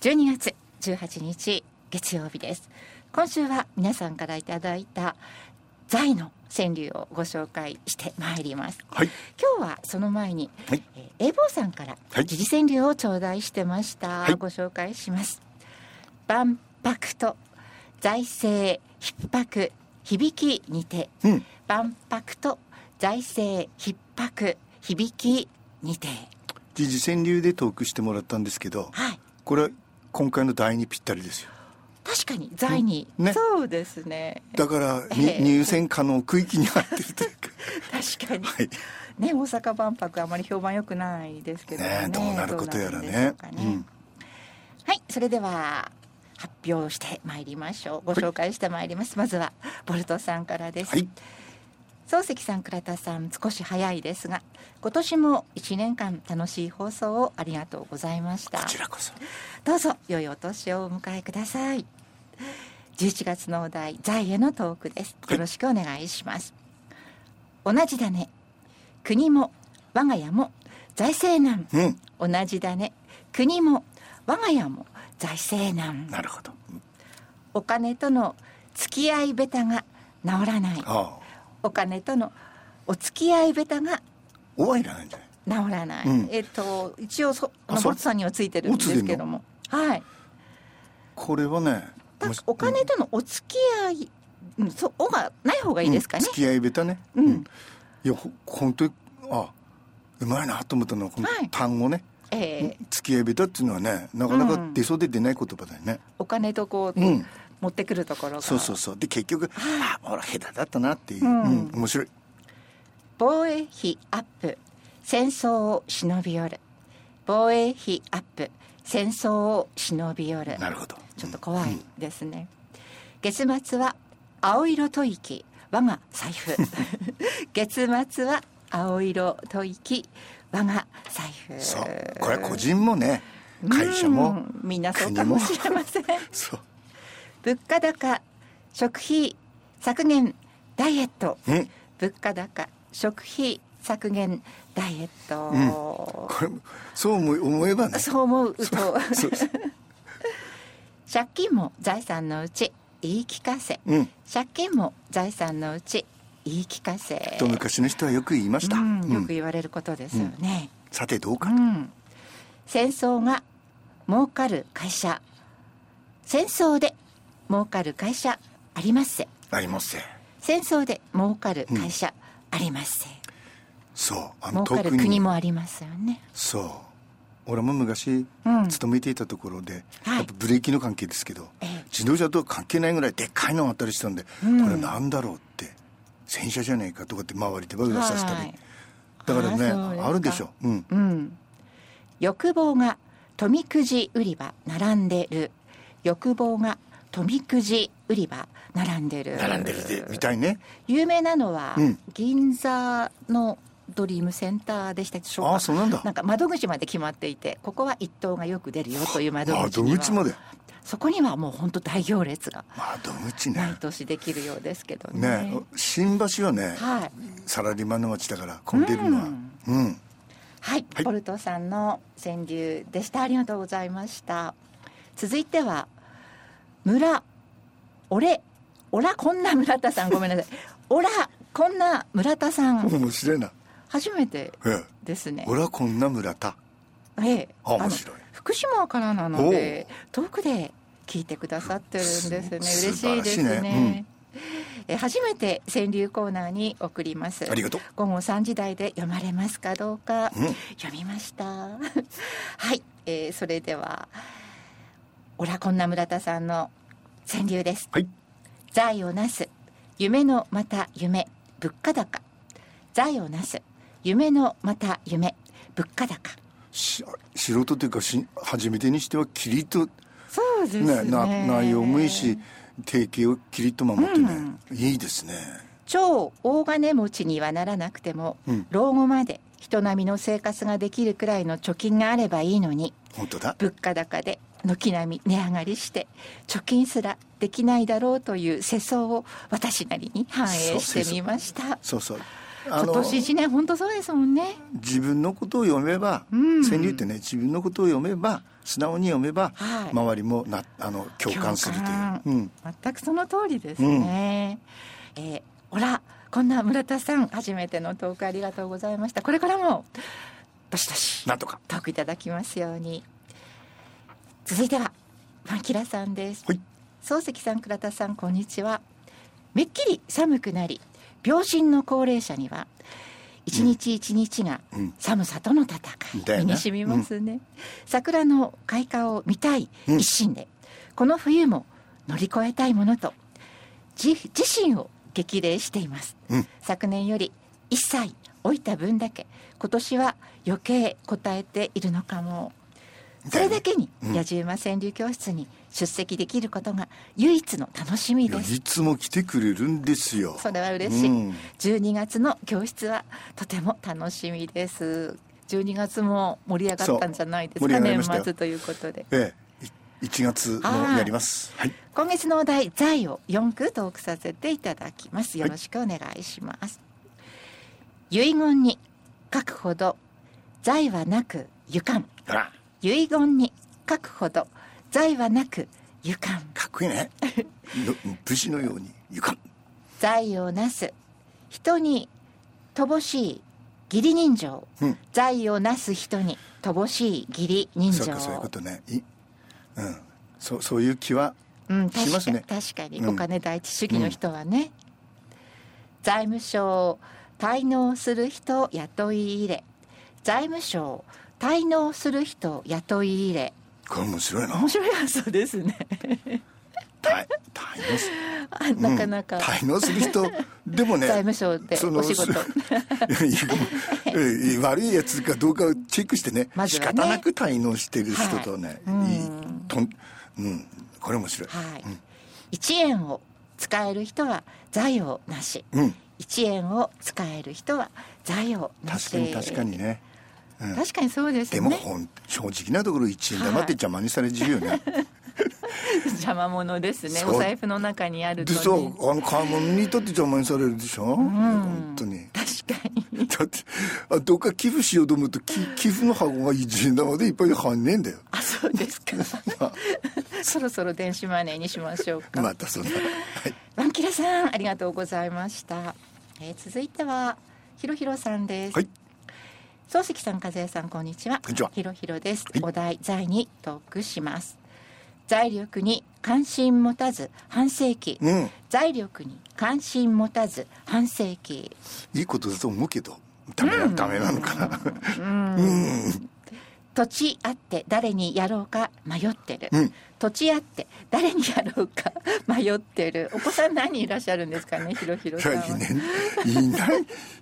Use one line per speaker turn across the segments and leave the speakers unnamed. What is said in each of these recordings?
12月18日月曜日です今週は皆さんからいただいた在の川柳をご紹介してまいります
はい。
今日はその前に、
はい
えー、英坊さんから
はい
時事川柳を頂戴してました、
い
ご紹介します万博と財政逼迫響きにて
うん。
万博と財政逼迫響きにて
時事川柳でトークしてもらったんですけど、
はい
これは今回の題にぴったりですよ。
確かに財に、
ね
そうですね
だから、に
ええ
入選可能区域に入ってるというか。
確かに、
はい。
ね大阪万博あまり評判良くないですけど
ね
ね
え、どうなることやら
どうなる
ね
んでしょうか。
う
ね
ん。
はい、それでは発表してまいりましょう。ご紹介してまいります。まずはボルトさんからです。
はい。
漱石さん、倉田さん、少し早いですが、今年も1年間楽しい放送をありがとうございまし
こ
た。
ちらこそ。
どうぞ良いお年をお迎えください。11月のお題、財へのトークです。
はい
よろしくお願いします。同じだね。国も我が家も財政難。
うん。
同じだね。国も我が家も財政難。
なるほど。
お金との付き合いベタが治らない
ああ。
お金とのお付き合いベタが
おはいらないんじゃない。
治らない、
うん
えっと一応そ
あ
の
そ
ボ
れ
ツさんにはついてるんですけどもはい
これはね。
だ
もし
お金とのお付き合い、うん、そおがない方がいいですかね
うん、付き合いベタね、
うん
いやほ本当にあうまいなと思ったのはこの
はい
単語ね、
えー
付き合いベタっていうのはねなかな
う
か
ん
出そうで出ない言葉だよね、
お金とこう、
うん
持ってくるところが
そうそうそうで結局あほら下手だったなっていう、
う
うんん面白い
防衛費アップ戦争を忍び寄る防衛費アップ戦争を忍び寄る
なるほど
ちょっと怖いですね。月末は青色吐息、我が財 布。月末は青色吐息、我が財布。
そうこれは個人もね会社も、
うんみんなそうかもしれません。
そう
物価高、食費削減、ダイエット。
うん
物価高、食費削減、ダイエット。
これそう思い思えばね
そう思うと。
そう
借金も財産のうち言い聞かせ、
うん
借金も財産のうち言い聞かせ
と昔の人はよく言いました、
うん
うん
よく言われることですよね、
さてどう
う
か、
ん戦争が儲かる会社戦争で儲かる会社ありますせ
ありますね
戦争で儲かる会社ありますせ、
そうあ
儲
の
か
特
る
に
国もありますよね
そう俺も昔
うん
勤めていたところで、
はい
やっぱブレーキの関係ですけど、
ええ
自動車とは関係ないぐらいでっかいのがあったりしたんで、
うん
これなんだろうって洗車じゃないかとかって周りでバグさせたり、
はい
だからね
あそうです
あ
か
るでしょ、うん、
うん、欲望が富くじ売り場並んでる欲望が富くじ売り場並んでる
並んでるでみたいね
有名なのは、
うん
銀座のドリームセンターでしたでしょうか
ああそうなんだ
なんか窓口まで決まっていてここは一等がよく出るよという窓口
窓
には
口まで
そこにはもう本当大行列が
窓口
毎
ね
年できるようですけどね
ね新橋はね、
はい
サラリーマンの街だから混んでるのは
うん
うん
はい、
はい
ボルトさんの川柳でした。ありがとうございました。続いては村俺オラこんな村田さんごめんな さい。オラこんな村田さん
面白いな、
初めて
ええ、
ですね。
俺はこんな村田
ええ、
あ面白い
あの福島からなので遠くで聞いてくださってるんですね。
す
嬉しいです
素晴らしい
ね
ね。
え初めて川柳コーナーに送ります。
ありがとう
午後3時台で読まれますかどうか、
うん
読みました はい、えーそれではオラこんな村田さんの川柳です
はい
財をなす夢のまた夢物価高財をなす夢のまた夢物価高
し素人というかし初めてにしてはキリッと
そうです
ね
ね
な内容もいいし定型をきりっと守ってね、いいですね
超大金持ちにはならなくても、
うん
老後まで人並みの生活ができるくらいの貯金があればいいのに
本当だ
物価高で軒並み値上がりして貯金すらできないだろうという世相を私なりに反映してみました
そうそうあ
今
の
年一年本当そうですもんね
自分のことを読めば、
うん
川柳ってね自分のことを読めば素直に読めば、
はい
周りもなあの共感するという
共感、
うん、
全くその通りですね、えーほらこんな村田さん初めてのトークありがとうございましたこれからもどしどし
なんとか
トークいただきますように続いてはファンキラさんです、
はい
漱石さん倉田さんこんにちはめっきり寒くなり病身の高齢者には一日一日が
うん
寒さとの戦い、
だよね
身に染みますね、桜の開花を見たい
うん
一心で、この冬も乗り越えたいものと自自身を激励しています、
うん
昨年より一切老いた分だけ今年は余計応えているのかもそれだけに
うん
野獣馬川柳教室に出席できることが唯一の楽しみ
いや
です
いつも来てくれるんですよ
それは嬉しい、
うん
12月の教室はとても楽しみです12月も盛り上がったんじゃないです
そう盛り
か
上がりま
年
したよ
末ということで
ええい1月もやりますはい
今月のお題「財」を4句トークさせていただきますよろしくお願いします、遺言に書くほど財はなくゆかん
あら
遺言に書くほど財はなくゆかん
かっこいい ねの武士のようにゆかん
財をなす人に乏しい義理人情、
うん
財をなす人に乏しい義理人
そう
情
かそういうことねいうんそうそういう気は
うん、
しま
確
す
かに
ね
確かに、
うん
お金第一主義の人はね、財務省滞納する人を雇い入れ財務省滞納する人を雇い入れ
これ面白いな
面白い発想ですね
滞納す
あなかなか、
滞納する人でもね
財務省で
その
お仕事
いやいや悪いやつかどうかをチェックしてね
まず
仕
はね
方なく滞納してる人とね、
はい
い
うん
とんうん、これ面白い、
はい、1円を使える人は財をなし
うん、
1円を使える人は財をなし
確かに確かにね
確かにそうです
で
よ
も
ね
ほん正直なところ1円黙って邪魔にされ自由ね、
邪魔者ですね
そう
お財布の中にあると
で
ね
さあの買い物にとって邪魔にされるでしょ、本当に
確かに
だってあどっか寄付しようと思うと き寄付の箱が1円玉でいっぱい入んねえんだよ
あそうです かそろそろ電子マネーにしましょうか、
またそんなはい
ワンキラさんありがとうございました、えー続いてはひろひろさんです、
はい
漱石さん、和江さん、こんにちは。
こんにちは
ひろひろです。
い
お題財にトークします。財力に関心持たず半世紀。
うん
財力に関心持たず半世紀。
いいことだと思うけどダメな、ダメなのかな
土地あって誰にやろうか迷ってる。
うん
土地あって誰にやろうか迷ってる。お子さん何人いらっしゃるんですかね、ひろひろ
い
さん
や
は。
いねいない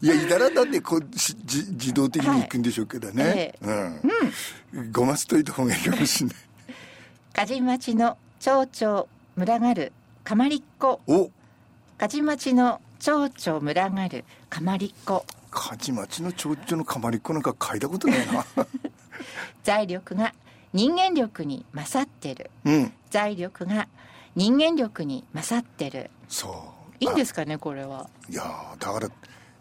いやいたらだってこうしじ自動的に行くんでしょうけどね、
はいええ
うん、ごますといた方がいいかもしれない
梶町の町長群がるかまりっこ。
お
梶町の町長群がるかまりっこ。
勝町の町長のかまりっこなんか嗅いだことないな
財力が人間力に勝ってる
うん
財力が人間力に勝ってる
そう
いいんですすかねこれはい
やーだから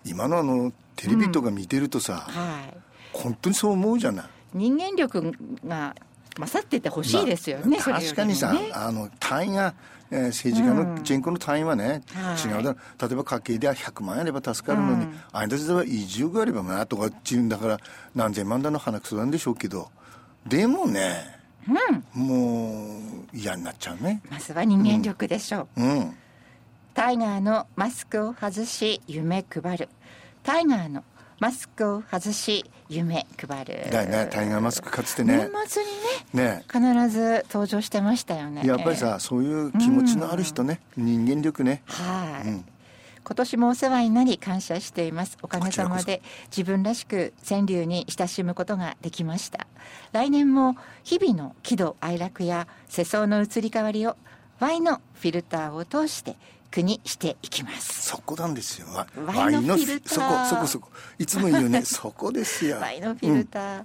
今のあのテレビとか見てるとさ、
はい
本当にそう思うじゃない
人間力が勝っててほしいですよね、
まあ
それよりもね
確かにさ、あの単位が、えー政治家の人口の単位はね、
はい
違うだろう例えば家計では100万円あれば助かるのに、あれだけは20があればなとかっていうんだから何千万だの鼻くそなんでしょうけどでもね、もう嫌になっちゃうね
まずは人間力でしょう、
うん
タイガーのマスクを外し夢配るタイガーのマスクを外し夢配る
だよねタイガーマスクかつて
年
ね
末にね
ね
必ず登場してましたよね
やっぱりさそういう気持ちのある人ね、人間力ね
はい、
うん
今年もお世話になり感謝していますおかげさま
こちら
で自分らしく川柳に親しむことができました来年も日々の喜怒哀楽や世相の移り変わりを Y のフィルターを通して苦にしていきます
そこなんですよわ
ワインのフィルター
そこそこそこいつも言 うねそこですよ
Y のフィルター、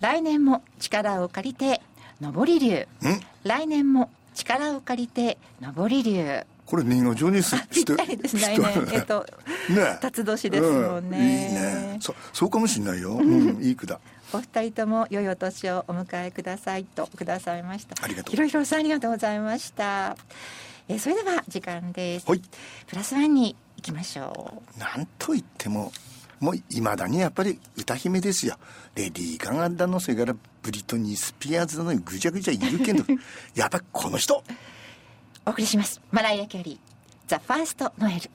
来年も力を借りて上り流
うん
来年も力を借りて上り流
これ年賀状にす
ぴっ
して
たりです
し
来
て
年 えっと
ね
辰年ですもんね
ういいねそそうかもしれないよ、うん、いい句だ
お二人とも良いお年をお迎えくださいとくださいました
ありがとう
ひろひろさんありがとうございましたえーそれでは時間です、
はい
プラスワンに行きましょ
なんといってももういまだにやっぱり歌姫ですよレディー・ガガだのそれからブリトニー・スピアーズだのぐちゃぐちゃいる けどやっぱこの人
うお送りしますマライア・キャリー「ザ・ファースト・ノエル」